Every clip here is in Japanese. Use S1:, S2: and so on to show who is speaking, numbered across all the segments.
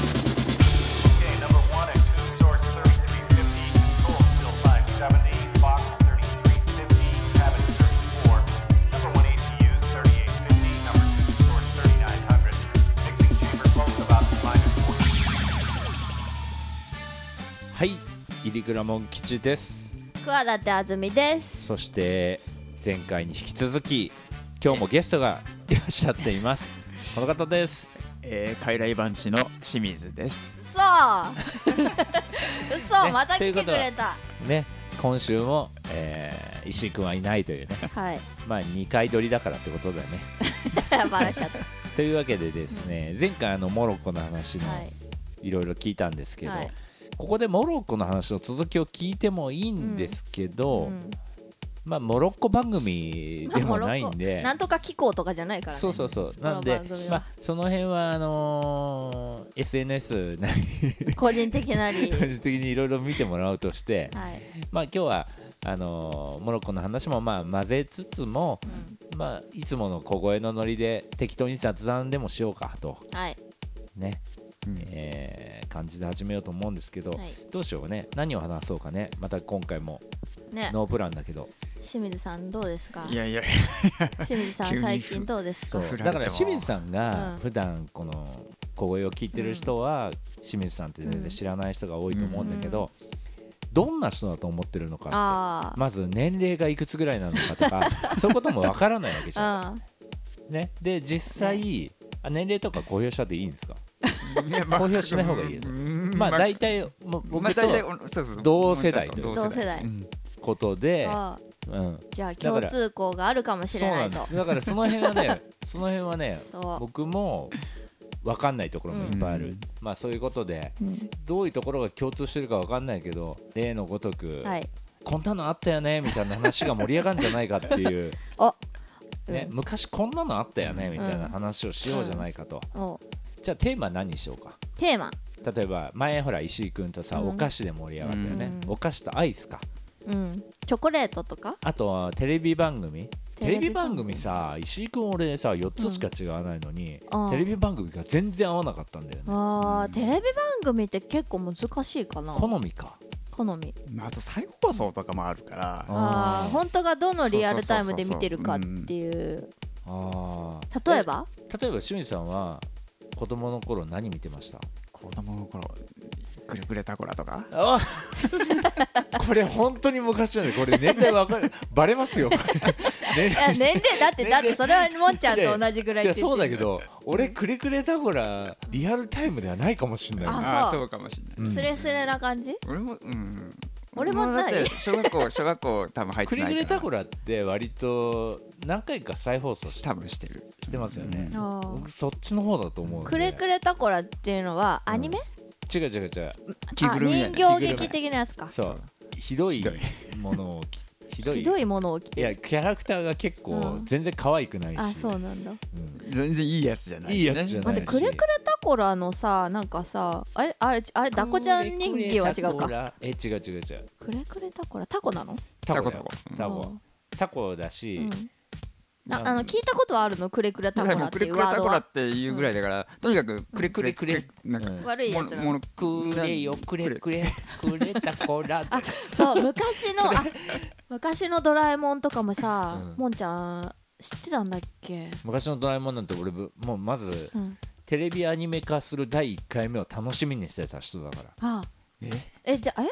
S1: Okay, number one at Coon Resorts, 3350, Control Still 570, Fox 3350, Cabin 34, number one ACU 3850, number two Resorts 3900, mixing chamber close about minus 40.
S2: はいイリグラモン吉です
S3: 桑田てあずみです
S2: そして前回に引き続き今日もゲストがいらっしゃっています この方です
S4: えー、傀儡番師の清水です。
S3: 嘘嘘
S2: ね
S3: また来
S2: という
S3: てく
S2: ことは
S3: れた
S2: ね今週も、えー、石井君はいないという ね
S3: はい
S2: まあ2回撮りだからってことだよね
S3: バラしちゃったは
S2: というわけでですね前回あのモロッコの話も
S3: い
S2: いろいろ聞いたんですけど、
S3: はい
S2: ここでモロッコの話の続きを聞いてもいいんですけど、
S3: うん
S2: まあモロッコ番組でもないんで、
S3: なんとか機構とかじゃないからね
S2: そうそうそうなん
S3: こ
S2: で
S3: の番組、は
S2: まあ、その辺はあのー SNS なり
S3: 個人的なり
S2: 個人的にいろいろ見てもらうとして、
S3: はい
S2: まあ今日はあのーモロッコの話もまあ混ぜつつも、まあ、いつもの小声のノリで適当に雑談でもしようかと
S3: はい
S2: ね、
S4: うん
S2: えー感じで始めようと思うんですけど、
S3: はい
S2: どうしようね何を話そうかねまた今回も
S3: ね
S2: ノープランだけど
S3: 清水さんどうですか
S4: いやい や、
S3: 清水さ
S4: 急
S3: ん
S4: に
S3: 最近どうです
S2: そ
S3: か
S2: う
S4: 振られて
S2: だか
S4: も
S2: ら清水さん
S3: う
S2: が
S3: ん
S2: 普段この小声を聞いてる人は清水さんって全然知らない人が多いと思うんだけど、どんな人だと思ってるのかって
S3: あ
S2: まず年齢がいくつぐらいなのかとか そういうこともわからないわけじゃん。
S3: あ
S2: ね、で実際あ年齢とか公表したでいいんですか、
S4: まあ
S2: 公表しない方がいいよね
S4: うん
S2: まあ
S4: まあ
S2: 大体もう
S4: まあ
S2: 僕
S4: 大体
S2: と
S4: おそうそうそう
S2: 同世代
S4: も
S2: と
S4: う
S2: い
S4: ち
S2: う
S4: ょっ
S3: か
S4: と同世代。
S3: 同
S4: うん
S2: こと
S3: ー
S2: で、
S3: あー
S2: うん、
S3: じゃあ
S2: だか
S3: 共
S2: ら
S3: 通項があるかもし
S2: そ
S3: れ
S2: う
S3: な
S2: ないん
S3: と
S2: ですだからその辺はねその辺はね
S3: そう
S2: 僕も分かんないところもいっぱいある、
S4: うん
S2: まあそういうことで、
S3: うん
S2: どういうところが共通してるか分かんないけど例のごとく、
S3: はい
S2: こんなのあったよねみたいな話が盛り上がるんじゃないかっていう、
S3: お
S2: ね、昔こんなのあったよねみたいな話をしようじゃないかと、
S3: うんお
S2: じゃあテーマ何にしようか
S3: テーマ
S2: 例えば前ほら石井君とさ、
S3: うん
S2: お菓子で盛り上がったよね、
S3: うん
S2: お菓子とアイスか
S3: うんチョコレートとか
S2: あとはテレビ番組テ
S3: テ
S2: レ
S3: レ
S2: ビ
S3: ビ
S2: 番
S3: 番組
S2: 組さ石井君俺さ4つしか違わないのに、
S3: うん
S2: テレビ番組が全然合わなかったんだよね
S3: あーテレビ番組って結構難しいかな
S2: 好みか
S3: 好み
S4: まああと再放送とかもあるから。
S3: ああ
S2: ー
S3: 本当がどのリアルタイムで見てるかっていう
S2: あー
S3: 例えば
S2: え例えば清水さんは子供の頃何見てました
S4: 子供の頃くれくれタコラとか。
S2: あ これ本当に昔なんでこれ年代わかるバレますよ年
S3: いや年齢だってだってそれはもんちゃん
S2: 齢
S3: と同じぐらい
S2: い
S3: っ
S2: や
S3: て
S2: そうだ
S3: け
S2: けど俺クレクレタゴラリアルタイムではないかもしれない
S3: あ
S4: ああ
S3: そう
S4: そうかもしれない。
S3: スレスレな感じ
S4: 俺もうん。
S3: 俺もない
S4: だって小学校小学校多分入っ
S2: ク
S4: て
S2: レ
S4: ない
S2: ク
S4: から。
S2: レタゴラって割と何回か再放送し
S4: 多分してる。
S2: してますよね、
S3: あー
S2: 僕そっちの方だと思うんで
S3: くれくれタコラっていうのはアニメ、
S2: 違う違う違う
S4: 着
S3: あ
S4: ぐるみやね
S3: 人形劇的なやつか
S2: そうひどい
S4: ひどい
S2: ものをきひどい
S3: ひどいものを着
S2: い
S3: て
S2: やキャラクターが結構
S3: うん
S2: 全然可愛くないし、
S3: あそうなんだ
S4: 全然いいやつじゃないしね。
S2: いいやつじゃない
S3: あで
S2: し
S3: くれくれタコラのさなんかさあれあれあれダコちゃん人形は違うか
S2: かえ違う違う違う
S3: くれくれタコラタコなの
S2: タコだよタ
S3: タ
S2: コ
S3: コ
S2: タ
S3: タ
S2: コ
S3: コ
S2: だし、
S3: うんなあの聞いたことはあるのくれくれタ
S4: だ
S3: コ
S4: から
S3: ラ
S4: もう
S3: っ
S4: く
S3: て
S4: れ
S3: いう
S4: くれ
S3: ワー
S4: タ
S3: ド
S4: コラ
S3: は
S4: っていうぐらいだから、とにかくくれくれ
S2: くれく
S4: なんか
S2: うん
S3: 悪いやつなの
S4: ものもの
S2: くれよくれくれくれたこら
S3: あそう昔のあ昔の「ドラえもん」とかもさ、
S2: うん
S3: もんちゃん知ってたんだっけ、
S2: 昔の「ドラえもん」なんて俺ぶもうまず
S3: うん、
S2: テレビアニメ化する第1回目を楽しみにしてた人だから
S3: あ
S4: え
S3: えじゃあ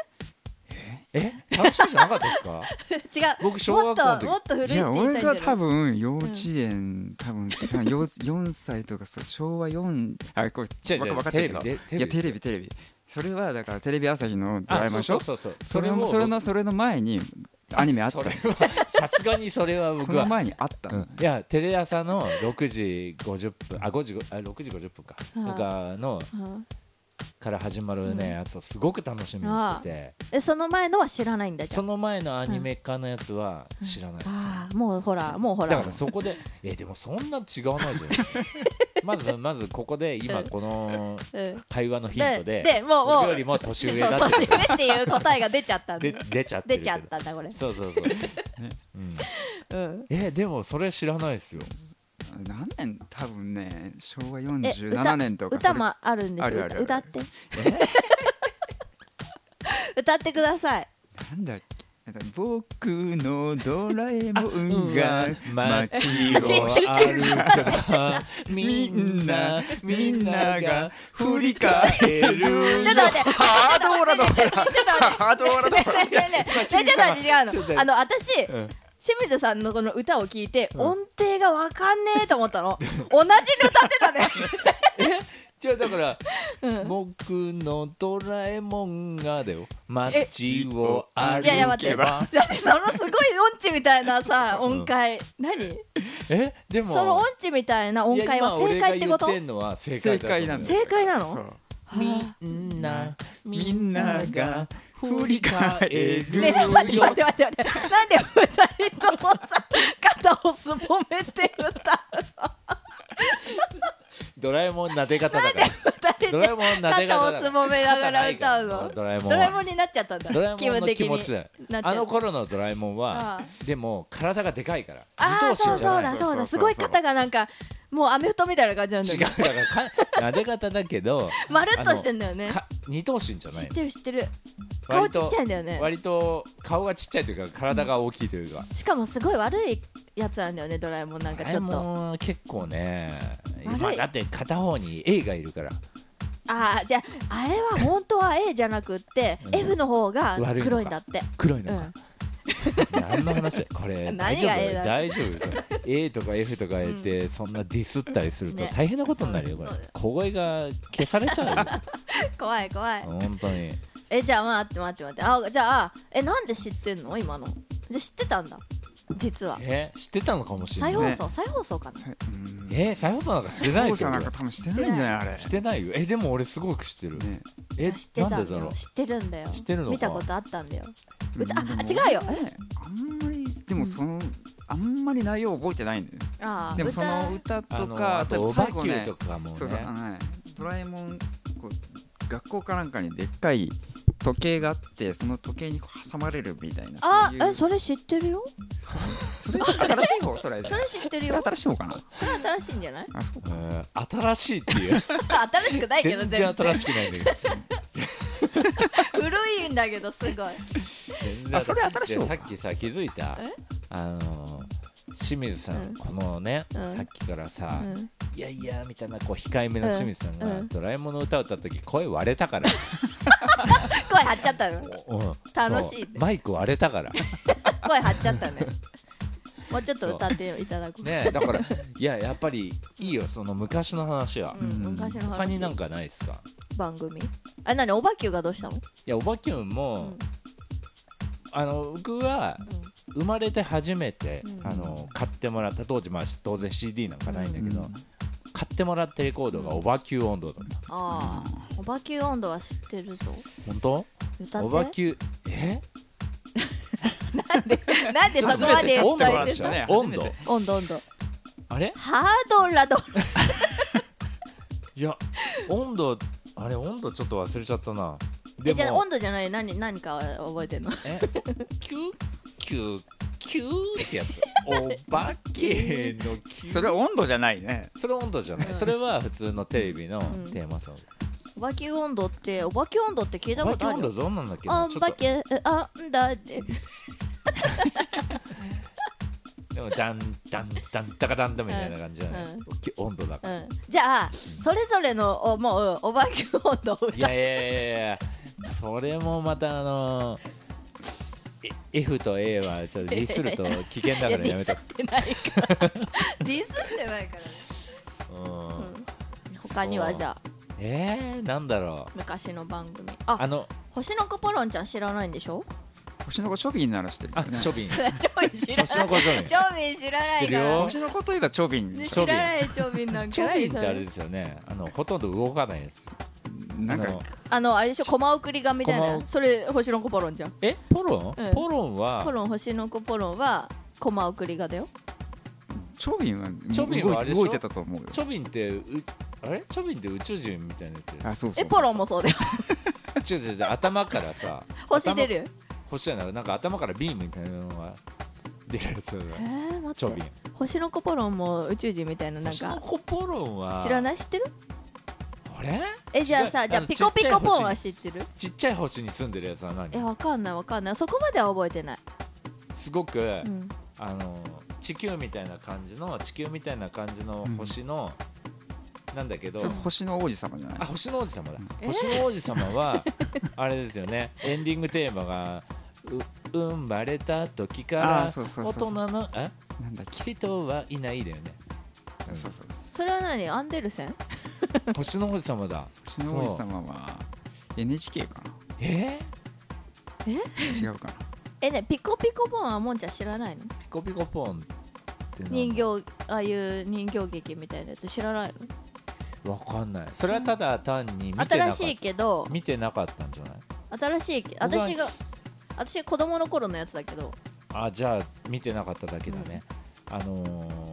S2: え楽しみじゃなかったですか
S3: え 違う
S2: 僕小学校の時
S3: もっともっと古いって
S4: いや
S3: 言いたいんじ
S4: 俺
S3: ゃ
S4: が
S3: ない
S4: 多分幼稚園、多分さよ4歳とかそう昭和4あこれ
S2: 違う違う
S4: わか分かってるけど
S2: テレビで
S4: いやテレビテレビそれはだからテレビ朝日の ドラえもん
S2: あ
S4: でしょ
S2: そうそうそう
S4: それもそれのそれの前にアニメあった
S2: それはさすがにそれは
S4: そ
S2: 僕
S4: の
S2: は
S4: 前にあったの、
S2: いやテレ朝の6時50分あ5時あ6時50分か
S3: うん
S2: とかの
S3: うん
S2: から始まるねやつをすごく楽しみにしてて
S3: えその前のは知らないんだじゃ
S2: そ
S3: ん
S2: の前のアニメ化のやつは知らないです
S3: ああもうほらもうほ
S2: だ
S3: ら
S2: からそこで えでもそんな違わないじゃん まずまずここで今この
S3: うん
S2: 会話のヒントで
S3: でもうもう
S2: 僕よりも年上だ
S3: そう
S2: っ
S3: 年
S2: て
S3: 上っていう答えが出ちゃったんだ
S2: で出ちゃって
S3: 出
S2: るけど
S3: ちゃ ったんだこれ
S2: そうそうそううん
S3: うん
S2: えでもそれ知らないですよ
S4: 何年多分ね昭和47年とか
S3: 歌
S4: それ
S3: もあるんでしょ
S4: あるあるある
S3: 歌って 歌ってください
S4: なんだっけなんか僕のドラえもんが街
S2: 街
S4: を
S2: を
S4: 歩く
S2: 歩 く み
S4: み
S2: ん
S4: ん
S2: な
S4: な
S2: み
S4: み
S2: ん
S4: ん
S2: なが
S4: なが振り返る
S3: ちょっと待 って
S4: ハードラドラ
S3: ちょっと待って
S4: ハードラドラ
S3: ねえねえねえちょっと待って違う
S2: ちょっと待っ
S3: の
S2: て
S3: あの私
S2: ん
S3: 清水さんのこの歌を聞いて音程がわかんねえと思っ たの同じに歌ってたね
S2: じゃあだ から「僕のドラえもんが」だよ街を歩
S3: いやいや待って
S2: け
S3: だ
S2: ば
S3: ってそのすごい音痴みたいな さ音階何
S2: えでも
S3: その音痴みたいな音階は正解ってこと
S2: いや今俺が言ってんのは正解だと思う
S4: 正解なんだ
S3: 正解な
S4: そ
S3: の
S4: う
S2: みんな
S4: みんなが振り返る
S3: ねえ待って待って待って待ってなんで二人ともさ肩をすぼめて歌う
S2: ドラえもん撫で方だから
S3: 二人
S2: ド
S3: で
S2: ラえもん撫で
S3: 肩
S2: 方
S3: をすぼめながら歌うの
S2: ドラえもん
S3: ドラえも
S2: は
S3: んになっちゃったんだ
S2: ドラえ
S3: 気
S2: もん
S3: 分
S2: の
S3: 的
S2: 気
S3: に
S2: 持ちだよ
S3: なっちゃう
S2: あの頃のドラえもん
S3: あ
S2: はでも体がでかいから
S3: あ
S2: 二
S3: あ
S2: 頭
S3: そう
S2: 身じゃ
S3: そう
S2: ない
S3: だそうだ
S4: そ
S3: す
S4: うそうそう
S3: ごい肩がなんかもうアメフトみたいな感じなんだ
S2: 違う
S3: け
S2: だか
S3: ど
S2: らか撫で方だけ ど
S3: まるっとしてんだよね
S2: あのか二頭身じゃ
S3: 知
S2: な
S3: っ
S2: いの
S3: てる知ってる顔
S2: 割
S3: ち
S2: と
S3: っちゃいんだよね
S2: 割と顔がちっちゃいというか体が大きいというか
S3: しかもすごい悪いやつなんだよねドラえもんなんかちょっと
S2: も結構ね
S3: 悪い
S2: 今だって片方に A がいるから
S3: ああじゃああれは本当は A じゃなくって F の方が
S2: 悪いのか
S3: 黒いんだって
S2: 黒いの
S3: う
S2: か、
S3: ん
S2: 何の話だよこれ大
S3: 何
S2: 丈夫
S3: が A だ
S2: 大丈夫 A とか F とか言って、そんなディスったりすると
S3: ね
S2: 大変なことになるよ、
S3: うん
S2: こ
S3: そうだよ
S2: れ小声が消されちゃうよ
S3: 怖い怖い
S2: 本当に
S3: えじゃあ待って待って待ってあじゃあえなんで知ってんの今のじゃあ知ってたんだ実は
S2: え知ってたのかもしれな
S3: 再
S2: い
S3: 放
S4: ね
S3: 送再放送かな
S4: さうん
S2: え再放送なんかしてない
S4: お
S2: よ
S4: 父さんなんか
S2: 俺
S4: 多分してないんじゃないあれ
S2: してないよえでも俺すごく知ってる、
S4: ね
S2: え
S3: 知ってた
S2: なん
S3: ん
S2: で
S3: だ
S2: だろ
S3: よ
S2: う
S3: 知ってるんだよ
S2: 知ってるのか
S3: 見たことあったんだよ
S4: うん
S3: 歌あ
S4: でも
S3: 違うよ
S4: ねあんまりでもそのあんまり内容覚えてないんだよね
S3: ああ
S4: でもその
S3: 歌
S4: 歌
S2: あ
S4: と
S2: の
S4: か
S2: あ
S4: 多
S2: と
S4: 分
S2: おば
S4: 最後
S2: きゅう
S4: ね
S2: とかもね
S4: そうそうあのねドラえもんこう学校かなんかにでっかい時計があってその時計にこう挟まれるみたいな
S3: あ
S4: そういう
S3: えそれ知ってるよ
S4: それ新しい方それ
S3: それ知ってる
S4: それ
S3: よ
S4: 新しい方かな
S3: それ新しいんじゃない
S4: あそうか
S2: うん新しいって いう
S3: 新しくないけど
S2: 全
S3: 全
S2: 然
S3: 然
S2: 新しくないんだけど
S3: 古いんだけどすごい
S2: 全然
S4: あそれ新しい
S2: で
S4: 方
S2: さ
S4: か
S2: っきさ気づいた
S3: え
S2: あの清水さん、
S3: うん
S2: このね、
S3: うん
S2: さっきからさ、
S3: うん
S2: いやいやみたいなこう控えめな清水さんが、
S3: うんうん
S2: ドラえもんの歌を歌った時声割れたから、
S3: 声張っちゃ ったの
S2: うん
S3: 楽しいって
S2: そうマイク割れたから
S3: 声張っち ゃったねもうちょっと歌っていただこう
S2: ねえだからいややっぱりいいよその昔の話は、
S3: うん昔の
S2: 他に
S3: 話
S2: なんかないですか
S3: 番組あ何おばきゅうがどうしたの
S2: いやおばきゅんも、
S3: うん
S2: あの僕は生まれて初めて、
S3: うん
S2: あの買ってもらった当時、まあ、当然 CD なんかないんだけど、
S4: うん
S2: 買ってもらったレコードが「おばきゅう音頭」だった、
S3: ああおばきゅう音頭は知ってるぞ
S2: 本当
S3: 歌って
S2: おばきゅうえ
S3: なんでそこまで言っ
S2: 音
S3: と
S2: 頭の
S3: いて
S2: 話
S3: さ
S2: だね
S4: 初
S2: 温
S4: め
S2: 度
S3: 音
S4: て
S3: 頭音頭
S2: あれ
S3: ハードラド
S2: いや温度あれ温度ちょっと忘れちゃったなで
S3: えじゃあ
S2: も
S3: 温度じゃない何何かは覚えてんの
S2: えキュッキュッキューってやつお化けのキュー
S4: それは温度じゃないね
S2: それ温度じゃないそれは普通のテレビの
S3: ん
S2: テーマソング
S3: おばきゅう音頭っておばきゅう音頭って聞いた
S2: お化
S3: こ
S2: け
S3: とあ
S2: 温
S3: る
S2: 度
S3: よ
S2: どうなんだっけな
S3: あ
S2: ちょ
S3: お
S2: っ
S3: ばけあんだって
S2: とでもダンダンダンダカダンダみたいな感じじゃない
S3: うん
S2: き温度だか
S3: う
S2: ら
S3: んじゃあそれぞれのおもうおばきゅう音頭を
S2: い
S3: 歌
S2: やいやいやいやそれもまたあのーえ F と A はちょっとディスると危険だか
S3: いや
S2: ら
S3: デ
S2: や
S3: ィ
S2: め
S3: ス
S2: た
S3: ってないからディスってないからね
S2: うん
S3: 他には
S2: そう
S3: じゃあ
S2: えー、なんだろう
S3: 昔の番組
S2: あ
S3: あ
S2: の
S3: 星の子ポロンちゃん知らないんで しょ
S4: 星の子チョビンならしてる
S2: あ
S4: ね
S2: チョビン
S3: チョビ知ら
S2: 星の
S3: ない
S2: 子チョビン
S3: チョビ知らな
S2: 知って
S3: い
S2: る
S3: か
S2: よ
S3: ら
S4: 星の子といえばチョビン
S2: チ
S3: 知
S2: ョ
S3: ら
S2: ビ
S3: ないチョビなんか
S2: チョビンってあれ
S3: 何それ
S2: ですよねあのほとんど動かないやつ
S4: なん
S2: あ
S4: か
S2: の
S3: あのあれでしょコマ送りがみたい
S2: コマ
S3: な
S2: 送
S3: それ星の子ポロンじゃん
S2: えポロン、
S3: うん
S2: ポロンは
S3: ポロン星の子ポロンはコマ送りがだよ
S4: チョビンは
S2: チョビンはあれでしょ
S4: 動いてたと思うよ
S2: チョビンってうあれチョビンって宇宙人みたいなや
S4: あそうそう
S3: えポロン もそうだよ
S2: つ宇宙人って頭からさ
S3: 星出る
S2: 頭星じゃないなんか頭からビームみたいなのが出るやつ
S3: えー、
S2: ち
S3: 待
S2: ょ
S3: っ
S2: び
S3: て
S2: ん
S3: 星のコポロンも宇宙人みたいななん
S2: 星の
S3: か
S2: コポロンは
S3: 知らない知ってる
S2: あれ
S3: えじゃあ
S2: 違
S3: さ
S2: う
S3: じゃあ
S2: の
S3: ピコピコポンは
S2: ちっ
S3: 知ってる
S2: ちゃい星ちっちゃい星に住んでるやつは何
S3: えわかんないわかんないそこまでは覚えてない、
S2: すごく、
S3: うん、
S2: あの地球みたいな感じの地球みたいな感じの
S4: うん
S2: 星の、なんだけど
S4: それ星の王子様じゃない
S2: あ星の王子様だ、
S3: え
S2: 星の王子様は あれですよねエンディングテーマがう生まれた時から
S4: あ
S2: 大
S4: ーそうそうそうそう
S2: 人のえ
S4: なんだっけ
S2: 人はいない だよね、うん
S4: そうそうそ
S3: それは何アンデルセン
S2: 星の王子様だ
S4: う星の王子
S2: そう
S4: 様は NHK かな
S2: え
S4: 違うかな
S3: えねピコピコポンはもんちゃん知らないの
S2: ー、ピコピコポンってなんだ
S3: 人形ああいう人形劇みたいなやつ知らないの
S2: わかんないそれはただ単に見てなかった
S3: 新しいけど
S2: 見てなかったんじゃない
S3: 新しいけ
S2: 僕は
S3: 私が私が子供の頃のやつだけど
S2: あじゃあ見てなかっただけだね、あのー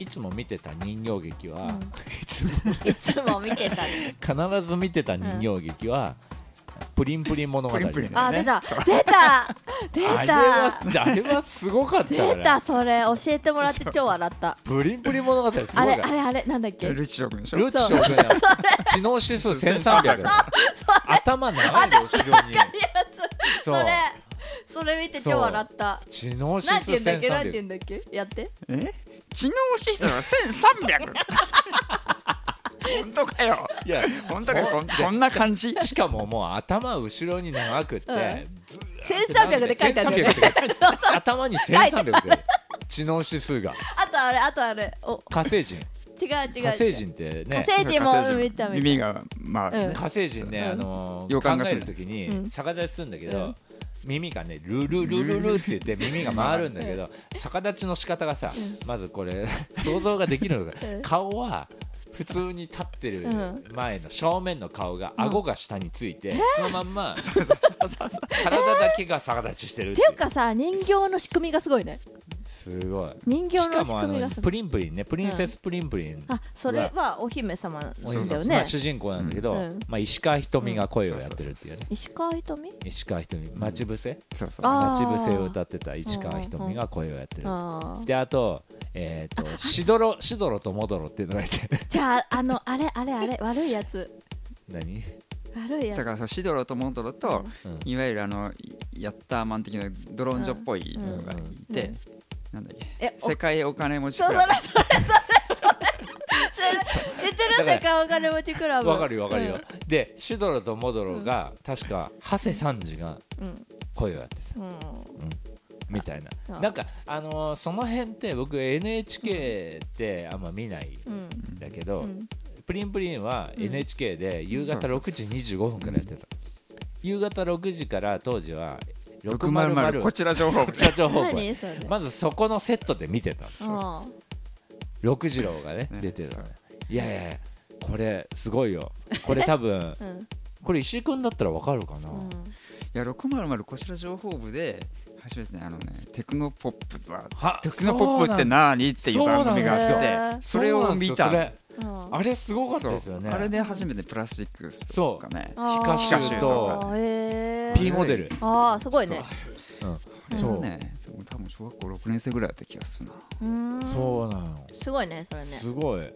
S2: いつも見てた人形劇は、
S3: うん
S2: いつも
S3: いつも見てた
S2: 必ず見てた人形劇は、プリンプリン物語
S4: プリンプリン
S3: あ
S4: ね
S3: 出た出た出
S2: あれ
S3: た
S2: はあれはすごかったから
S3: 出たそれ教えてもらって超笑った
S2: プリンプリン物語すごいか
S3: あれ
S2: ら
S3: あれあれなんだっけ
S4: ルチオ君でしょ
S2: ルッチ将軍や知能指数1300頭長いよ後ろに
S3: そ
S2: そう
S3: れそれ見て超笑った
S2: 知能指
S3: なんて
S2: 数
S3: 言うんだっけなんて言
S2: 1300
S3: うんだっけやって
S4: え知能指数は1300本当かよ
S2: いや
S4: 本当かよこんこんな感じ
S2: しかももう頭後ろに長くって、
S3: うん
S2: ず
S3: 1300で書いてあるよ
S2: 1300
S3: ね
S2: って書いてある頭に1300で知能指数が
S3: あとあれあとあれお
S2: 火星人
S3: 違う違う
S2: 火星人ってね
S3: 火星人も
S4: 火星人
S3: 見た見た
S4: 耳がまあ、ね
S3: うん
S2: 火星人ね、
S3: うん
S2: あのー
S4: 予感が
S2: 考
S4: す
S2: え
S4: る
S2: るとき
S3: う
S2: に
S3: ん
S2: 逆立ちするんだけど、
S3: うん
S2: 耳がねルルルルルって言って耳が回るんだけど逆立ちの仕方がさ、まずこれ 想像ができるのが、
S3: うん
S2: 顔は普通に立ってる
S3: うん
S2: 前の正面の顔が顎が下について、そのまん ま
S4: そうそうそうそうそう
S2: 体だけが逆立ちしてるって
S3: て
S2: い
S3: いううかさ人形の仕組みがすごいね
S2: すごい
S3: 人形の
S2: し
S3: 仕
S2: かもあ
S3: 組み
S2: の
S3: がすご
S2: プ
S3: い
S2: リンプリンねプリンセスプリンプリン
S3: あそれはお姫様なん
S2: そう
S3: だよ
S2: ま
S3: ね
S2: あ主人公なんだけど、
S3: うん
S2: まあ、石川ひとみが声をやってるっていうね
S3: 石川ひとみ
S2: 石川ひとみ待ち伏せ
S4: そうそう
S3: あー
S2: 待ち伏せを歌ってた市川ひとみが声をやってる、
S3: あー
S2: であとえっ、としどろしどろともどろっていうのがいて
S3: じゃああのあれあれあれ悪いやつ
S2: 何
S3: 悪いや
S4: だ
S3: つ
S4: からそうシドロとモンドロと、
S2: うん
S4: いわゆるあのヤッターマン的なドロンジョっぽいのがいて、
S3: うん
S4: なんだっ
S3: え
S4: け世界お金持ち
S3: そう
S4: ク
S3: それ
S4: ラブ
S3: それそれそれ知ってる
S2: だから
S3: 世界お金持ちクラブ
S2: わかるよわかるよ、
S3: うん
S2: でしどろともどろが、確か長谷三次が
S3: うん
S2: 声をやってた
S3: うん
S2: みたい
S3: あ
S2: な
S3: あ
S2: なんかあのーその辺って僕 NHK ってあんま見ない
S3: うん
S2: んだけど、
S3: うん
S2: プリンプリンは
S3: ん
S2: NHK で夕方
S4: そうそう
S2: 6時25分からやってた、夕方6時から当時は
S4: 600
S2: 600
S4: こちら情報部
S2: こちら情報部
S3: 何それ
S2: まずそこのセットで見てた
S3: あ
S2: 六次郎がね
S4: ね
S2: 出てたのねいやいやいやこれすごいよこれ多分
S3: ーうん
S2: これ石井君だったらわかるかな、
S3: うん
S4: いや600こちら情報部で初めてねあのねテクノポップは
S2: あ
S4: テクノポップって何っていう番組が
S3: そうなんだ
S4: あっ
S3: へー
S4: てそれを見
S2: そ
S4: た
S2: うなんですよ
S3: うん
S2: それあれすごかった
S4: そう
S2: ですよね
S4: あれで初めてプラスチックスとかね
S3: あー
S2: 皮下
S4: 皮下臭と
S3: あーえー
S2: P モデル
S3: あーすごいね
S2: うん
S4: そ
S2: そうう
S4: ねでも多分小学校6年生ぐらいだった気がするな
S3: うーん
S2: そうなの
S3: すごいねそれね
S2: すごい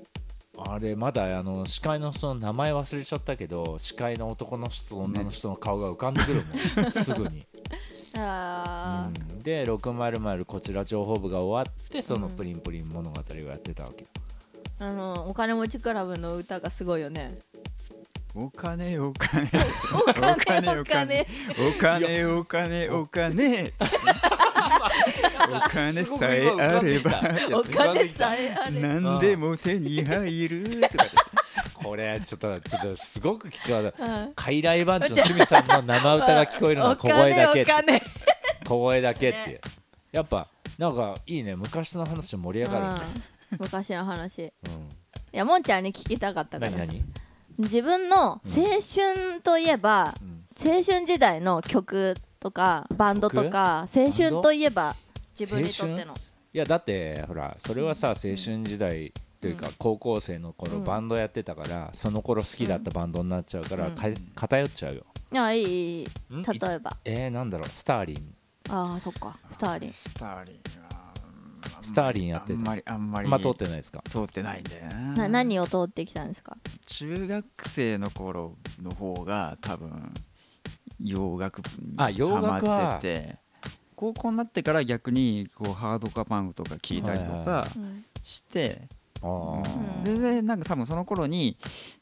S2: あれまだあの司会の人の名前忘れちゃったけど司会の男の人と女の人の顔が浮かんでくる もんすぐに、
S3: あー
S2: うんで600こちら情報部が終わってそのプリンプリン物語をやってたわけよ
S3: あのお金持ちクラブの歌がすごいよね
S4: お金お金
S3: お
S4: お金お金お金お金お金お金さえあれば
S3: お金さえあれ
S4: 何でも手に入るって感じ
S2: これちょっとちょっとすごく貴重だ
S3: うん
S2: 傀儡番地の清水さんの生歌が聞こえる のは小声だけ
S3: お金お金
S2: 小声だけっていうやっぱなんかいいね昔の話盛り上がるね
S3: うん昔の話い
S2: うん
S3: やもんちゃんに聞きたかったから
S2: 何何
S3: 自分の青春といえば、
S2: ん
S3: 青春時代の曲とかバンドとか青春といえば自分にとっての
S2: いやだってほらそれはさ青春時代というか高校生の頃バンドやってたからその頃好きだったバンドになっちゃうから
S3: うん
S2: か偏っちゃうよ
S3: いやいいいいいい
S2: ん
S3: 例えば
S2: えーなんだろうスターリン
S3: ああそっかスターリン
S4: スターリンは
S2: スターリンやって
S4: あん
S2: て
S4: まりあんまり
S2: まあ通ってないですか
S4: 通ってないんだよ
S3: な
S4: な
S3: 何を通ってきたんですか
S4: 中学生の頃の方が多分洋楽に
S2: あ洋楽は
S4: ハマってて高校になってから逆にこうハードかパンクとか聞いたりと
S2: はいはい
S4: か
S2: は
S3: うん
S4: して、
S2: あー
S3: うん
S4: ででなんか多分その頃に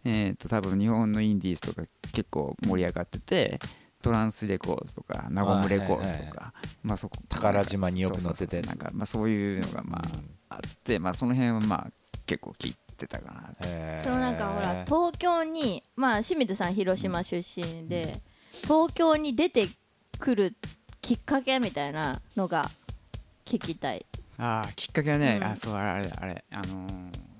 S4: えっと多分日本のインディーズとか結構盛り上がっててトランスレコーズとかナゴムレコーズとか、
S2: はいはい
S4: まあそこ
S2: 宝島によく載ってたやつ
S4: そうそうそうなんかまあそういうのがまああってまあその辺はまあ結構聞いてたかな
S2: えー
S3: そのなんかほら東京にまあ清水さん広島出身で東京に出てくるきっかけみたいなのが聞きたい
S4: ああきっかけはね、
S3: うん
S4: あそうあれあれあれあのー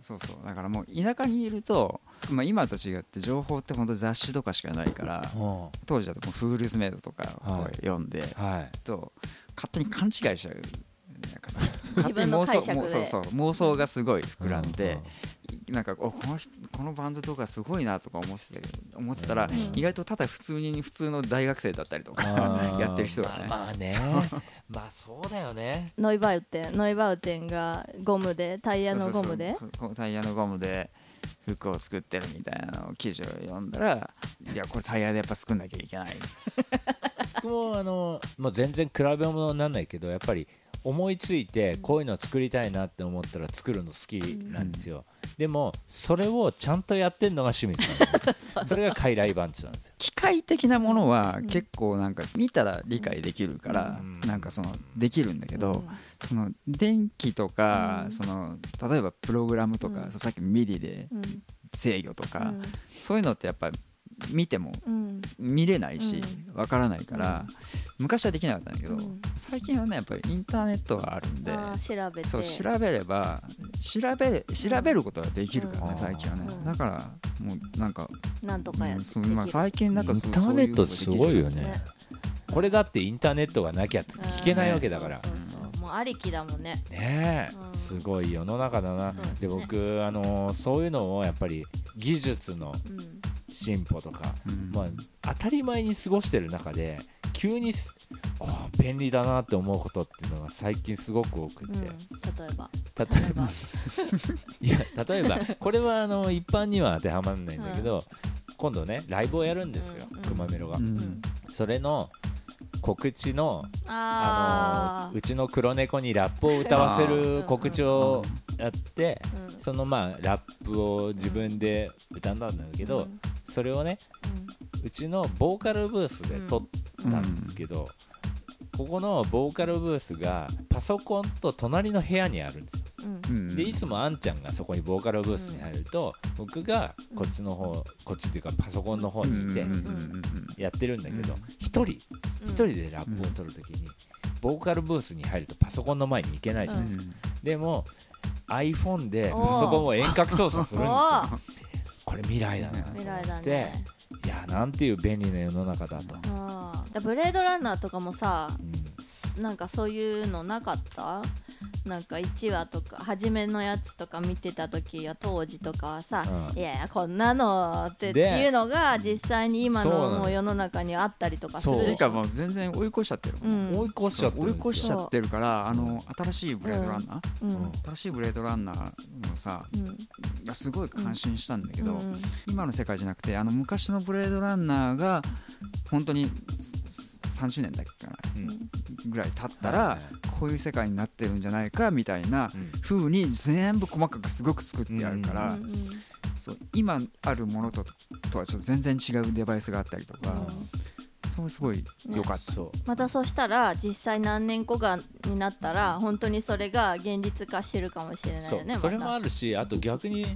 S4: そうそうだからもう田舎にいると、まあ、今と違って情報ってほんと雑誌とかしかないから
S2: うんは
S4: 当時だともうフールズメイドとか
S2: は
S4: を
S2: い
S4: 読んで、
S2: い
S4: と勝手に勘違いしちゃう。なんかその
S3: 自分の
S4: 勝
S3: 解
S4: 手に
S3: 釈
S4: 妄想
S3: で
S4: もうそうそう妄想がすごい膨らんで、
S2: うん
S4: なんかおこの人このバンドとかすごいなとか思ってたけど思ってたら、
S3: ん
S4: 意外とただ普通に普通の大学生だったりとか
S2: あー
S4: やってる人がね、
S2: まあまあねまあそうだよね
S3: ノイバウテンノイバウテンがゴムでタイヤのゴムで
S4: そうそうそうこタイヤのゴムで服を作ってるみたいなのを記事を読んだらいやこれタイヤでやっぱ作んなきゃいけない
S2: 僕もあの、まあ、全然比べ物にならないけどやっぱり思いついてこういうの作りたいなって思ったら作るの好きなんですよ、でもそれをちゃんとやってんのが清水さん なんですそれが傀儡番地なんですよ
S4: 機械的なものは結構なんか見たら理解できるから、
S2: うん
S4: なんかそのできるんだけど、
S3: うん
S4: その電気とか、
S3: うん
S4: その例えばプログラムとか、
S3: うん
S4: さっきミディで
S3: うん
S4: 制御とか、
S3: うん
S4: そういうのってやっぱ見ても
S3: うん
S4: 見れないしわからないから、昔はできなかったんだけど、
S3: うん
S4: 最近はねやっぱりインターネットがあるんで。
S3: あー調べて
S4: そう調べれば調べれ調べることができるからね、
S2: うん
S4: 最近はね、
S3: うん
S4: だからもうなんか、
S3: なんとかや
S4: う
S3: っ
S4: ん
S3: て
S4: そうまあ、最近なんか
S2: イン
S4: そう
S2: ターネットす
S4: そうう
S2: ごい
S4: の
S2: よ
S4: ができる
S2: ね
S3: ね
S2: これだってインターネットがなきゃつ聞けないわけだから
S3: そうそうそうもうありきだもんね
S2: ね
S3: うん
S2: えすごい世の中だな
S3: そうですね
S2: で僕あのそういうのをやっぱり技術の
S3: うん
S2: 進歩とか、
S4: うん
S2: まあ、当たり前に過ごしてる中で急にすあー便利だなって思うことっていうのが最近すごく多くて、
S3: うん例
S2: 例
S3: えば
S2: えば いや例えばこれはあの一般には当てはまらないんだけど、今度ねライブをやるんですよ、
S3: うん
S2: くまメロが、
S4: うん
S3: うん
S2: それの告知のあ
S3: あ
S2: の
S3: ー
S2: うちの黒猫にラップを歌わ せる告知をやって、
S3: うん
S2: そのまあラップを自分で歌ったんだけど、
S3: うん
S2: それをねうちのボーカルブースで撮ったんですけど、ここのボーカルブースがパソコンと隣の部屋にあるんですよ、
S3: うんうん
S4: うん
S2: でいつもあんちゃんがそこにボーカルブースに入ると、僕がこっちの方こっちっていうかパソコンの方にいて
S4: うんうんうんうん
S2: やってるんだけど
S4: うん
S2: 一、人
S3: うん
S2: 一人でラップを撮るときに、ボーカルブースに入るとパソコンの前に行けないじゃないですか、でも iPhone でパソコンを遠隔操作するん
S3: お
S2: ですよ
S3: ー
S2: これ未来だなと思
S3: 未来だ
S2: って、
S3: ね
S2: いやなんていう便利な世の中だと、
S3: あーだブレードランナーとかもさ
S2: うん
S3: なんかそういうのなかったなんか1話とか初めのやつとか見てた時は当時とかはさ、
S2: うん
S3: いやいやこんなのってって
S2: で
S3: いうのが実際に今
S2: そうな
S3: の
S2: の
S3: もう世の中にあったりとかする
S2: そう
S4: てい
S3: で
S4: う
S3: しょ
S4: かもう全然追い越しちゃってるもん
S3: う
S4: ね、
S3: ん
S2: 追い越しちゃって
S4: 追い
S2: るん
S4: 越
S2: です
S4: し
S2: よ
S4: ちゃってるからあの新しいブレードランナー、
S3: うんうん
S4: 新しいブレードランナーのさいやすごい感心したんだけど、
S3: うん
S4: 今の世界じゃなくてあの昔のブレードランナーが本当にすす30年だっけかな
S2: うん
S4: ぐらい経った
S2: はいは
S4: ら
S2: い
S4: こういう世界になってるんじゃないかみたいな風に全部細かくすごく作ってあるか
S3: う
S4: ら、
S3: んうん
S4: そう今あるものととはちょっと全然違うデバイスがあったりとか、
S3: うん
S4: そうすごい良かった。
S2: そう
S3: またそうしたら実際何年後かになったら本当にそれが現実化してるかもしれない
S2: そ
S3: よね
S2: うそれもあ
S3: ま
S2: るしあと逆に、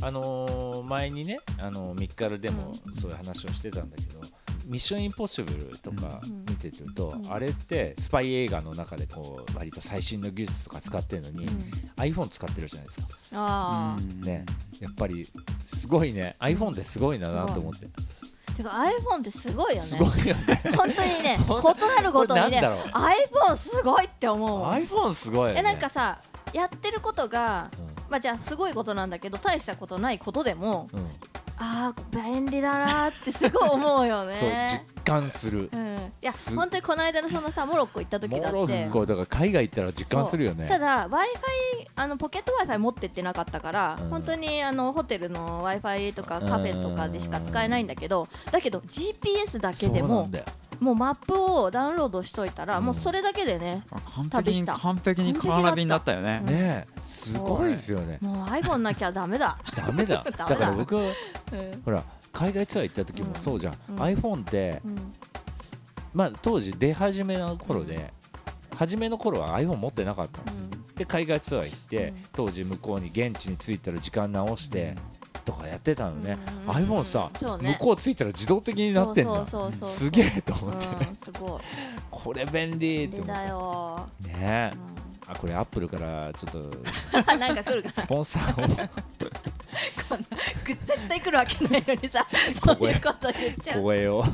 S2: あのー前にね、あのー、ミッカルでもそういう話をしてたんだけど「ミッションインポッシブル」とか
S3: うん
S2: 見てると、
S3: うん
S2: あれってスパイ映画の中でこう割と最新の技術とか使ってるのに、
S3: うん
S2: iPhone 使ってるじゃないですか、
S3: たああ、
S4: うん
S2: ねやっぱりすごいね iPhone ってすごいんだなと思って
S3: てか iPhone ってすごいよね
S2: すごいよね
S3: 本当に ね
S2: ほん
S3: ことあるごとに
S2: これ
S3: ね
S2: なん
S3: iPhone すごいって思うもん
S2: iPhone すごいよね
S3: えなんかさやってることが、
S2: うん
S3: まあじゃあすごいことなんだけど大したことないことでも、
S2: うん
S3: ああ便利だなーってすごい思うよね
S2: そう実感する
S3: うんいや本当にこの間のそのさモロッコ行った時だ
S2: モ
S3: って
S2: ロッコとか海外行ったら実感するよね
S3: そうただ w i f i あのポケット w i f i 持ってってなかったから、
S2: うん
S3: 本当にあのホテルの w i f i とかカフェとかでしか使えないんだけどだけど GPS だけで
S2: そうな
S3: も
S2: んだよ
S3: もうマップをダウンロードしといたら、もうそれだけでね
S4: あ完
S3: 旅
S4: 璧
S3: し
S4: に
S3: た
S4: 完璧にカーナビになったよね
S2: ねえすごいですよね
S3: もう iPhone なきゃダメだ、
S2: ダメだ
S3: ダメ
S2: だ
S3: だ
S2: から僕は
S3: うん
S2: ほら海外ツアー行った時もそうじゃん、
S3: うん
S2: iPhone って、
S3: うん
S2: まあ、当時出始めの頃で、初めの頃は iPhone 持ってなかったんですよ、で海外ツアー行って、
S3: うん
S2: 当時向こうに現地に着いたら時間直してとかやってたのね、
S3: うん
S2: iPhone さ、
S3: そうね
S2: 向こう着いたら自動的になってんだ
S3: そうそうそうそう
S2: すげえと思って、
S3: うん、すごい
S2: これ便利って
S3: 出
S2: 思った
S3: よ、
S2: てね
S3: う
S2: え
S3: ん
S2: あこれアップルからちょっと
S3: なんか来るか
S2: スポンサーを
S3: な絶対来るわけないのにさ
S2: こ
S3: そういうこと言っちゃう
S2: 小声を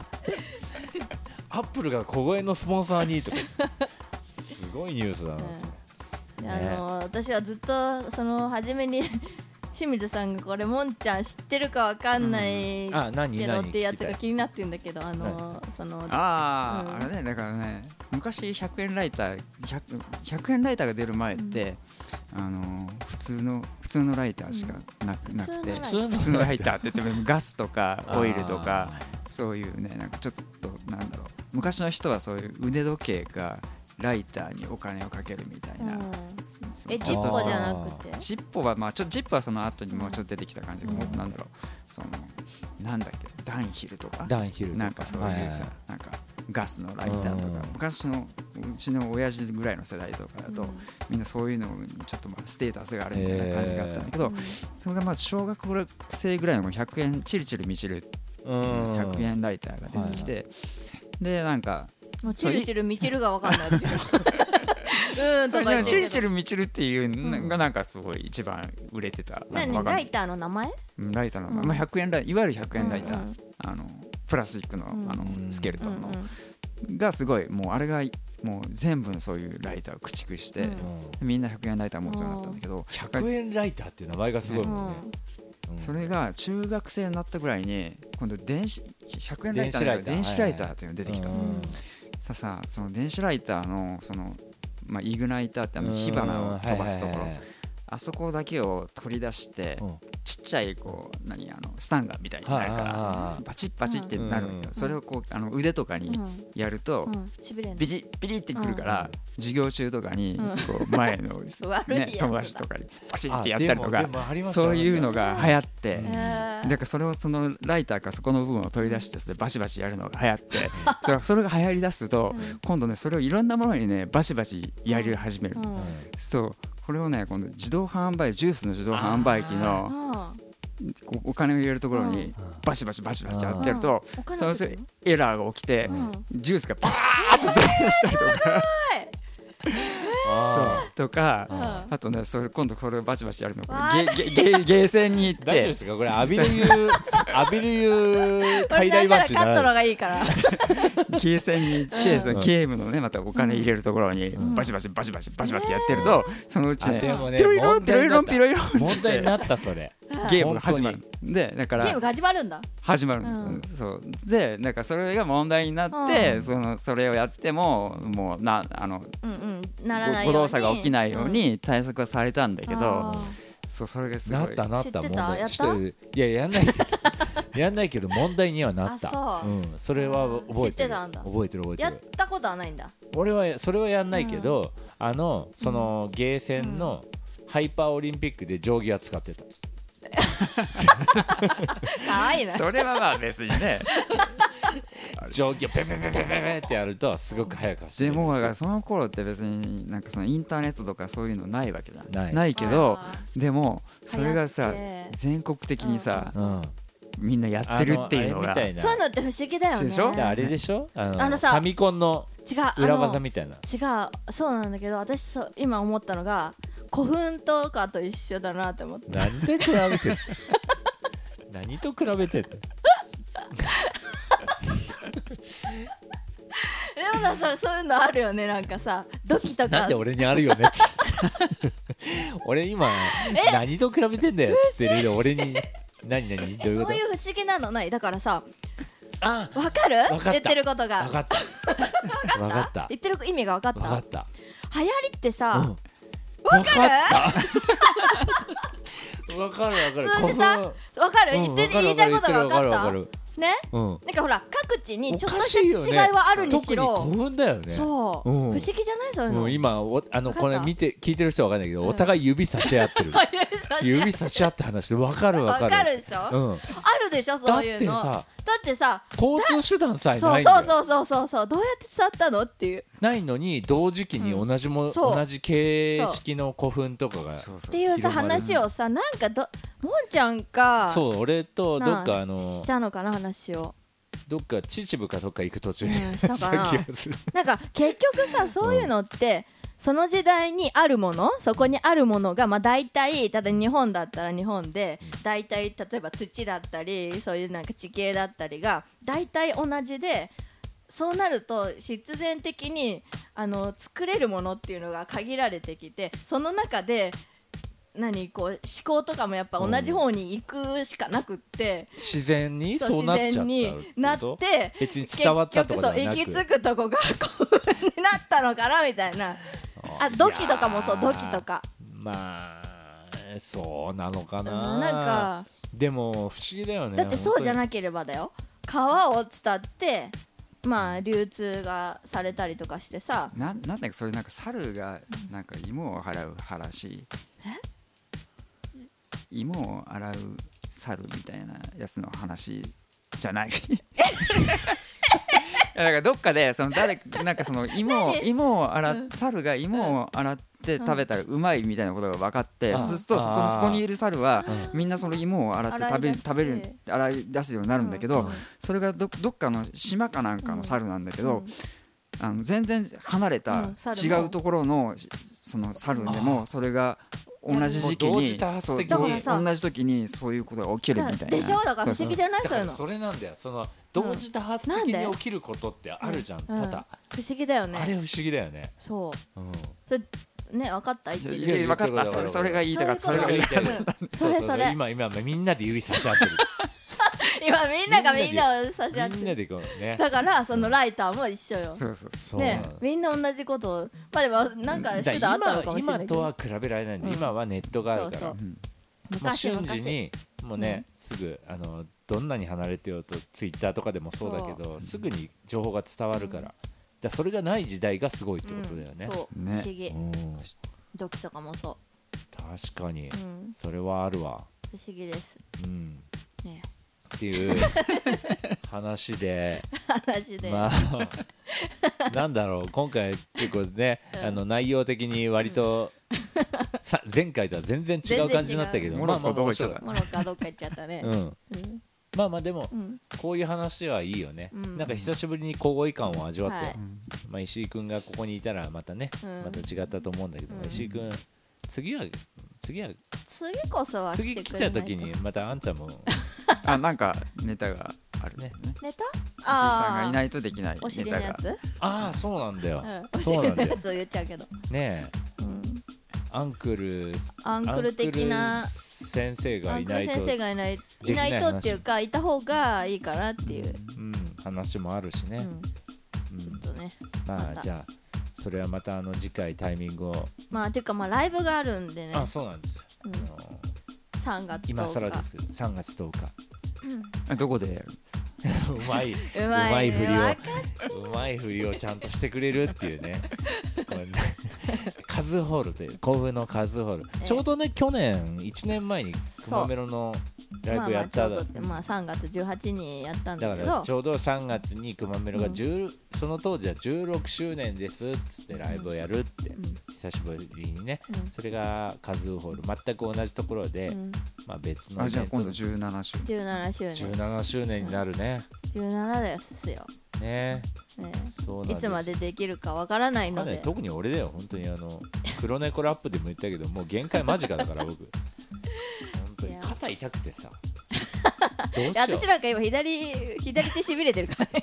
S2: アップルが小声のスポンサーにとかすごいニュースだなと思って、
S3: あの私はずっとその初めに 清水さんがこれもんちゃん知ってるかわかんない
S2: あ何
S3: けどっ
S2: 何
S3: てやつ
S2: 聞
S3: が
S2: き
S3: 気になってんだけどあのその
S4: あ
S3: う
S4: あ、
S3: ん
S4: あれねだからね昔100円ライター 100, 100円ライターが出る前って、あのー普通の普通のライターしかなく,、なくて
S3: 普通
S2: 普
S3: のライター
S2: 通の
S4: 普通のライターって言ってもガスとかオイルとか
S2: あ
S4: そういうねなんかちょっとなんだろう昔の人はそういう腕時計かライターにお金をかけるみたいな、その
S3: え
S4: ち
S3: ジ
S4: ょっ
S3: ッ
S4: と
S3: ポ
S4: し
S3: じ
S4: た
S3: ゃなくて
S4: ジッポはまあちょジッポはその後にもうちょっと出てきた感じで、
S3: うん
S4: もうなんだろうそのなんだっけダンヒルとか
S2: ダンヒルとか
S4: なんかそういうさ、
S2: は
S4: なんかガスのライターとか、
S2: うん
S4: 昔のうちの親父ぐらいの世代とかだと、
S3: うん
S4: みんなそういうのにちょっとまあステータスがあるみたいな感じがあったんだけど、それがまあ小学生ぐらいの100円チルチルみちる
S2: うん
S4: 100円ライターが出てきて、でなんか
S3: もうチルチルみちるがわかんないっていう うんとか言って
S4: チルチルみちるっていうのがなんかすごい一番売れてた、なんか
S3: 何
S4: わかんな
S3: ラ
S4: い
S3: イターの名前
S4: うんライターの、
S3: うん
S4: まあ、100円ライいわゆる100円ライター、
S3: うんうん
S4: あのプラスチックの,、
S3: うん
S4: あの
S2: うん
S4: スケル
S3: う
S4: ト
S3: ん
S4: ンの、
S3: うん
S4: がすごいもうあれがもう全部のそういうライターを駆逐して、
S3: うん
S4: みんな100円ライター持つようになったんだけど
S2: 100円ライターっていう名前がすごいもんね、うん
S4: それが中学生になったぐらいに今度電子100円ライターの中で電
S2: 電
S4: 子
S2: 子
S4: ラ
S2: ラ
S4: イ
S2: イ
S4: タ
S2: ター
S4: ーっていうのが出てきた、
S2: う
S3: うんん
S4: ささその電子ライターのその、まあ、イグナイターってあ
S2: う
S4: の
S2: ん
S4: 火花を飛ばすところ、
S2: はいはいはい
S4: あそこだけを取り出して、
S2: うん
S4: ちっちゃいこう何あのスタンガンみたいになるか
S2: はいはいはいは
S4: ら
S2: い
S4: バチッバチってなるんだけど
S2: うん
S4: それをこうあの腕とかに
S3: うん
S4: やると
S3: うんしびれんの
S4: ビリッビリってくるから授業中とかにこう前 の、
S3: 悪いやつ
S4: ね、
S3: だ
S4: 友達とかにバチッ
S2: あ
S4: ってやったりと
S2: で
S4: か
S2: もでもありました
S4: そういうのが流行って。
S3: へー
S4: だからそれをそのライターからそこの部分を取り出してそれでバシバシやるのが流行って それそれが流行りだすと今度ねそれをいろんなものにねバシバシやり始める
S3: うんうん
S4: そうこれをね今度自動販売ジュースの自動販売機のこうお金を入れるところにバシバシバシバシやってやると
S3: うんお金落
S4: その
S3: ちてる
S4: エラーが起きて
S3: ん
S4: ジュースがバー
S2: あ
S4: ッとか
S3: ん
S4: あとねそれ今度これをバシバシやるのこ
S3: わー
S4: れゲゲゲゲーセンに行っ
S2: ー大丈夫で
S4: て
S2: すかこれ浴びる湯浴びる 湯
S3: 俺
S2: 最
S3: な
S2: 大
S3: ん
S2: バ
S3: な
S2: ッ
S3: ら
S2: チ
S3: カ
S2: にな
S3: ットの
S2: ら
S3: 方がいいから
S4: ゲーセンに行って、その
S2: うん
S4: ゲームのねまたお金入れるところにバシバシバシバシバシバシやってると、そのうち
S2: あ
S4: ね
S2: でもね
S4: ピロリロン
S2: 問
S4: ピロ
S2: 題
S4: リ
S2: になった
S4: ロンピロリロンっつ
S2: 問題に
S4: って
S2: なったそれ
S4: ゲームが始まる
S2: 本
S4: でだか
S3: ゲーム
S4: ら
S3: が始まるんだ
S4: 始まる、
S3: うん
S4: そうでなんかそれが問題になって、そのそれをやってももうなあの
S3: うんうんならないよ
S4: ご
S3: うに
S4: 動作が起きないように対策はされたんだけど、
S3: あ
S4: そうそれがすごい
S2: なったなっ
S3: 知ったて
S2: 問
S3: た
S2: 題
S3: やった
S2: ちょといややんないやんないけど問題にはなった
S3: あそう
S2: うん、それは覚え
S3: 知ってて
S2: る
S3: たんだ
S2: 覚えてる覚え
S3: ー
S2: て
S3: や
S2: る
S3: ったことはないんだ
S2: 俺はそれはやんないけど、あのそのゲーセンのハイパーオリンピックで定規は使ってた、
S3: 可愛いな
S4: それはまあ別にね
S2: 定規をペペペペペペってやるとすごく早く走れ
S4: で
S2: る
S4: もだからその頃って別になんかそのインターネットとかそういうのないわけじゃん
S2: ない
S4: けど
S3: あ
S4: でもそれがさ
S3: 流行って
S4: 全国的にさ、
S2: うん、
S4: みんなやってるっていうの
S2: あ
S4: が
S2: あれみたいな
S3: そういうのって不思議だよね
S4: でしょ
S2: であれでしょあの
S3: あのさ
S2: ファミコンの
S3: 違うあの
S2: 裏技みたいな
S3: 違うそうなんだけど私そう今思ったのが古墳とかと一緒だなって思って
S2: 何で比べてる何と比べてる
S3: でもなさそういうのあるよねなんかさ土器と
S2: な
S3: か
S2: んで俺にあるよねって 俺今何と比 べてんだよっつってる俺に何何どういうこ
S3: そ
S2: と
S3: ういう不思議なのないだからさ
S2: あ
S3: わかる
S2: わかった
S3: 言ってることが
S2: 分かった分かった
S3: 言ってる意味がわかった
S2: 分かった
S3: 流行りってさ、
S2: 分かった分かる分かる
S3: 通じた
S2: こ
S3: わかる
S2: こ
S3: 言ってる
S2: うん
S3: 言いたいことがわか
S2: わ
S3: った
S2: わるわかる
S3: ね
S2: うん
S3: なんかほら各地にちょっと
S2: おかしいよ
S3: し
S2: ね
S3: た違いはあるにしろ
S2: 特に古墳だよね
S3: そう、
S2: うん
S3: 不思議じゃないそういうの、
S2: もう 今おあの
S3: わか
S2: こ
S3: った
S2: れ見て聞いてる人は分かんないけどお互い指差し合ってる指差し合って話して分かる分
S3: わ
S2: かる
S3: かるでしょ、
S2: うん
S3: あるでしょそういうの
S2: だ
S3: だ
S2: っ
S3: ってさ
S2: 交通手段さえ
S3: そ
S2: な
S3: う
S2: いんだ
S3: そ
S2: よ
S3: うそうそうそうそうどうやって伝わったのっていう
S2: ないのに同時期に同じも、
S3: んそう
S2: 同じ形式の古墳とかが
S4: そう
S3: っ
S4: そう
S3: ていうさ
S2: 広まる
S3: 話をさなんかどもんちゃんか
S2: そう俺とどっかあの
S3: したのかな話を、
S2: どっか秩父かどっか行く途中
S3: うん、
S2: に
S3: した
S2: さ
S3: かな
S2: っきする
S3: なんか結局さそういうのって、その時代にあるものそこにあるものがまあ大体ただ日本だったら日本で大体例えば土だったりそういうなんか地形だったりが大体同じでそうなると必然的にあの作れるものっていうのが限られてきてその中で何こう思考とかもやっぱ同じ方に行くしかなくって、
S2: 自然に
S3: そう
S2: そうなっちゃっ
S3: 自
S2: た
S3: 然
S2: って
S3: に
S2: こと
S3: なって
S2: 別に伝わったとかではな
S3: 結局そう
S2: く
S3: 行き着くとこがこう になったのかなみたいなあ土器とかもそう
S2: いや
S3: 土
S2: ー
S3: 器とか
S2: まあそうなのか
S3: うん
S2: な
S3: なんか
S2: でも不思議だよね
S3: だってそうじゃ
S2: い
S3: なければだよ川を伝ってまあ流通がされたりとかしてさ
S4: なんなんだっけそれなんか猿がなんか芋を払う話芋を洗う猿みたいなやつの話 じゃないいやだからどっかでその誰かなんかその芋を芋を洗っ猿が芋を洗って食べたらうまいみたいなことが分かって、
S2: うん
S4: そうするとそこ
S2: あ
S4: の
S2: ー
S4: そこにいる猿はみんなその芋を洗って食べる食
S3: 洗
S4: べ
S3: い出し
S4: る
S3: て
S4: 洗い出すようになるんだけど、
S3: うん
S4: それがどどっかの島かなんかの猿なんだけど、あの全然離れ
S3: う
S4: た
S3: ん猿
S4: 違
S3: も
S4: うところのしその猿でもそれが同じ時期
S2: もう同
S4: に
S2: 時多発
S4: そう
S2: 的
S3: にだからさ
S4: 同じ時にそういうことが起きる
S3: だ
S4: みたいな
S3: でしょだから不
S4: そう
S3: 思議じゃない
S2: だ
S3: そ
S2: か
S3: ういう
S2: ら
S3: の
S2: それなんだよその同時多発的
S3: なん
S2: に
S3: で
S2: 起きることってあるじゃん
S3: うん
S2: ただ
S3: 不思議だよ
S2: あれ
S3: ね
S2: 不思議だよね
S3: そう
S2: うん
S3: それね分かった言って
S4: そう
S3: る
S4: いやいや分か
S2: 言ってるこ
S4: った
S2: とが
S4: それそれが言いたかった
S3: そ
S4: そう
S3: い
S4: れ
S3: う
S4: が
S3: こと
S4: 言いたかっ
S3: それそれ
S2: 今今みんなで指差し合ってる
S3: 今みんながみんなを差し合って
S2: みんなでこうね
S3: だからそのライターも一緒よ
S4: たそうそう
S2: そうな
S3: ね
S2: の
S3: みんな同じことをまあでもなんか
S2: だ
S3: 手段あったのか
S2: 今
S3: もしれない
S2: 今
S3: け
S2: と
S3: ど
S2: は比べられないんで、
S3: うん
S2: 今はネットがあるから
S3: そうそう
S4: うん
S2: もう
S3: 昔
S2: 瞬
S3: 昔
S2: 時にもうね、すぐあのどんなに離れてようとツイッターとかでもそうだけどすぐに情報が伝わるから,、だからそれがない時代がすごいってことだよね
S3: うん、そう不
S4: ね
S3: 思議
S2: うん
S3: 土器とかもそ
S2: 確かに、
S3: う、うん、
S2: それはあるわ、
S3: 不思議です
S2: うん、
S3: ね
S2: っていう 話で
S3: 話で、
S2: まあ なんだろう今回結構ね、あの内容的に割と、 さ前回とは全然違う感じになったけど
S4: モロッコどこ行っちゃった
S2: まあ
S3: モロッコどっか行っちゃったね
S2: まあ面白いうんまあまあでも、
S3: うん
S2: こういう話はいいよね、
S3: うん
S2: なんか久しぶりに交互違感を味わって、
S3: はい
S2: まあ、石井君がここにいたらまたね、
S3: うん
S2: また違ったと思うんだけど、
S3: うん
S2: 石井君次は次は
S3: 次こそは
S2: 次
S3: 来て
S2: 来
S3: くれな
S2: た
S3: いと
S2: 時にまたあんち ゃんも
S4: あなんかネタがあるんだよね
S3: ネタ
S4: 石井さんがいないいとできない
S3: お尻
S4: ネ
S3: の
S4: タ
S3: や
S4: が
S3: つ、
S2: ああそうなんだよ、
S3: うん、お尻
S2: そうなん
S3: の
S2: だ
S3: や
S2: よ
S3: つを言っちゃうけど、
S2: ねえ
S3: うん、
S2: アンクル
S3: アンクル的
S2: アン
S3: な
S2: クル先生が
S3: アン
S2: い
S3: ク
S2: な
S3: ル
S2: い
S3: 先
S2: と
S3: 生がいない
S2: で
S3: い
S2: きな
S3: ないいとっていうかいた方がいいかなっていう、
S2: うん、話もあるし
S3: う
S2: ね、
S3: ん、
S2: うん
S3: ちょっとね
S2: ま
S3: ま
S2: あ
S3: た
S2: じゃあそれはまたあの次回タイミングを、
S3: まあていうかまあライブがあるんでね
S2: あそうなんです、
S3: うん
S2: あの
S3: 3月10日
S2: 今更ですけど3月10日
S4: あどこでやるんですか
S2: うまい、
S3: うまいう
S2: まい振り
S3: わか
S2: を、うまい振りをちゃんとしてくれるっていう ね。これねカズホールという甲府のカズホール、
S3: え
S2: ちょうどね去年1年前にくまメロのライ
S3: まあ
S2: ブ
S3: ま
S2: や
S3: あ
S2: っ
S3: ちょ
S2: た
S3: う
S2: だ,、
S3: どってまあ3月18日にやったんだ
S2: だ
S3: け
S2: から
S3: ど
S2: ちょうど3月にくまメロが10、その当時は16周年ですっつってライブをやるって、
S3: ん
S2: 久しぶりにね、
S3: うん
S2: それがカズホール全く同じところで、
S3: うん
S2: まあ、別の
S4: あ
S2: イ
S4: じゃ
S2: ベ
S4: あ
S2: ント
S4: 今度17週
S3: 17周年
S2: 17周年になるね、
S3: 17ですよ、
S2: ね
S3: ね
S2: そうなん
S3: い
S2: です
S3: つまでできるかわからない
S2: ま
S3: の
S2: あね
S3: で、
S2: 特に俺だよ本当にあの 黒猫ラップでも言ったけどもう限界間近だから僕本当に
S3: いや
S2: 肩痛くて さどうし
S3: いや
S2: よ
S3: 私なんか今左左手しびれてるからね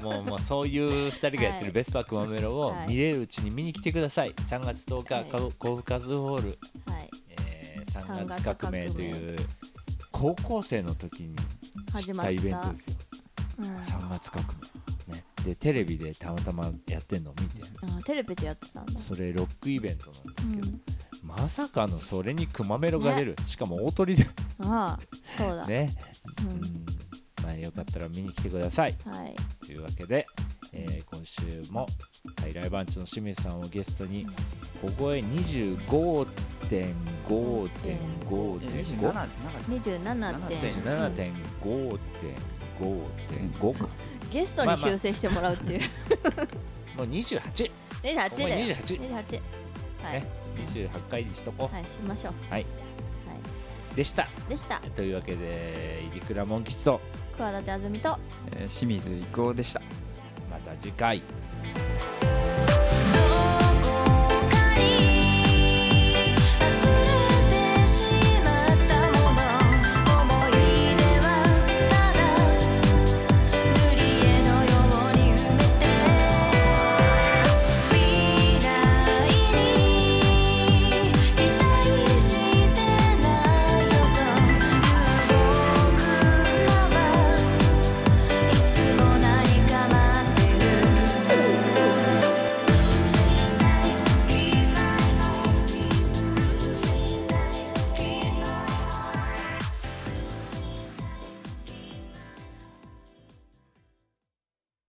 S2: うもうもうそういう2人がやって
S3: は
S2: る
S3: い
S2: ベスパークマメロを
S3: はい
S2: 見れるうちに見に来てください3月10日、
S3: はい
S2: か甲府カズホール、
S3: はい
S2: えー3
S3: 三
S2: 月
S3: 月
S2: 革
S3: 革
S2: 命
S3: 命
S2: という高校生の時に知ったイベントですよ
S3: うん
S2: 3月革命、ね、でテレビでたまたまやってんのを見て
S3: あテレビでやってたんだ
S2: それロックイベントなんですけど、
S3: うん
S2: まさかのそれにクマメロが出る、しかも大鳥 で
S3: ああそうだ、
S2: ね、
S3: うん
S2: うんまあ、よかったら見に来てください
S3: はい
S2: というわけで、えー今週もハイライバンチの清水さんをゲストに小声25.5.5.5
S4: 27
S3: 27点
S4: 27
S2: 27.5.5.5か
S3: ゲストに修正してもらうっていう、
S2: もう28
S3: 28で
S2: 28
S3: 28はい、
S2: ね28回にしとこう、
S3: はいしましょう
S2: はい
S3: は
S2: でした
S3: いでした
S2: というわけでイリクラモン吉と
S3: 桑舘あずみと
S4: えー清水郁夫でした
S2: また次回
S4: 「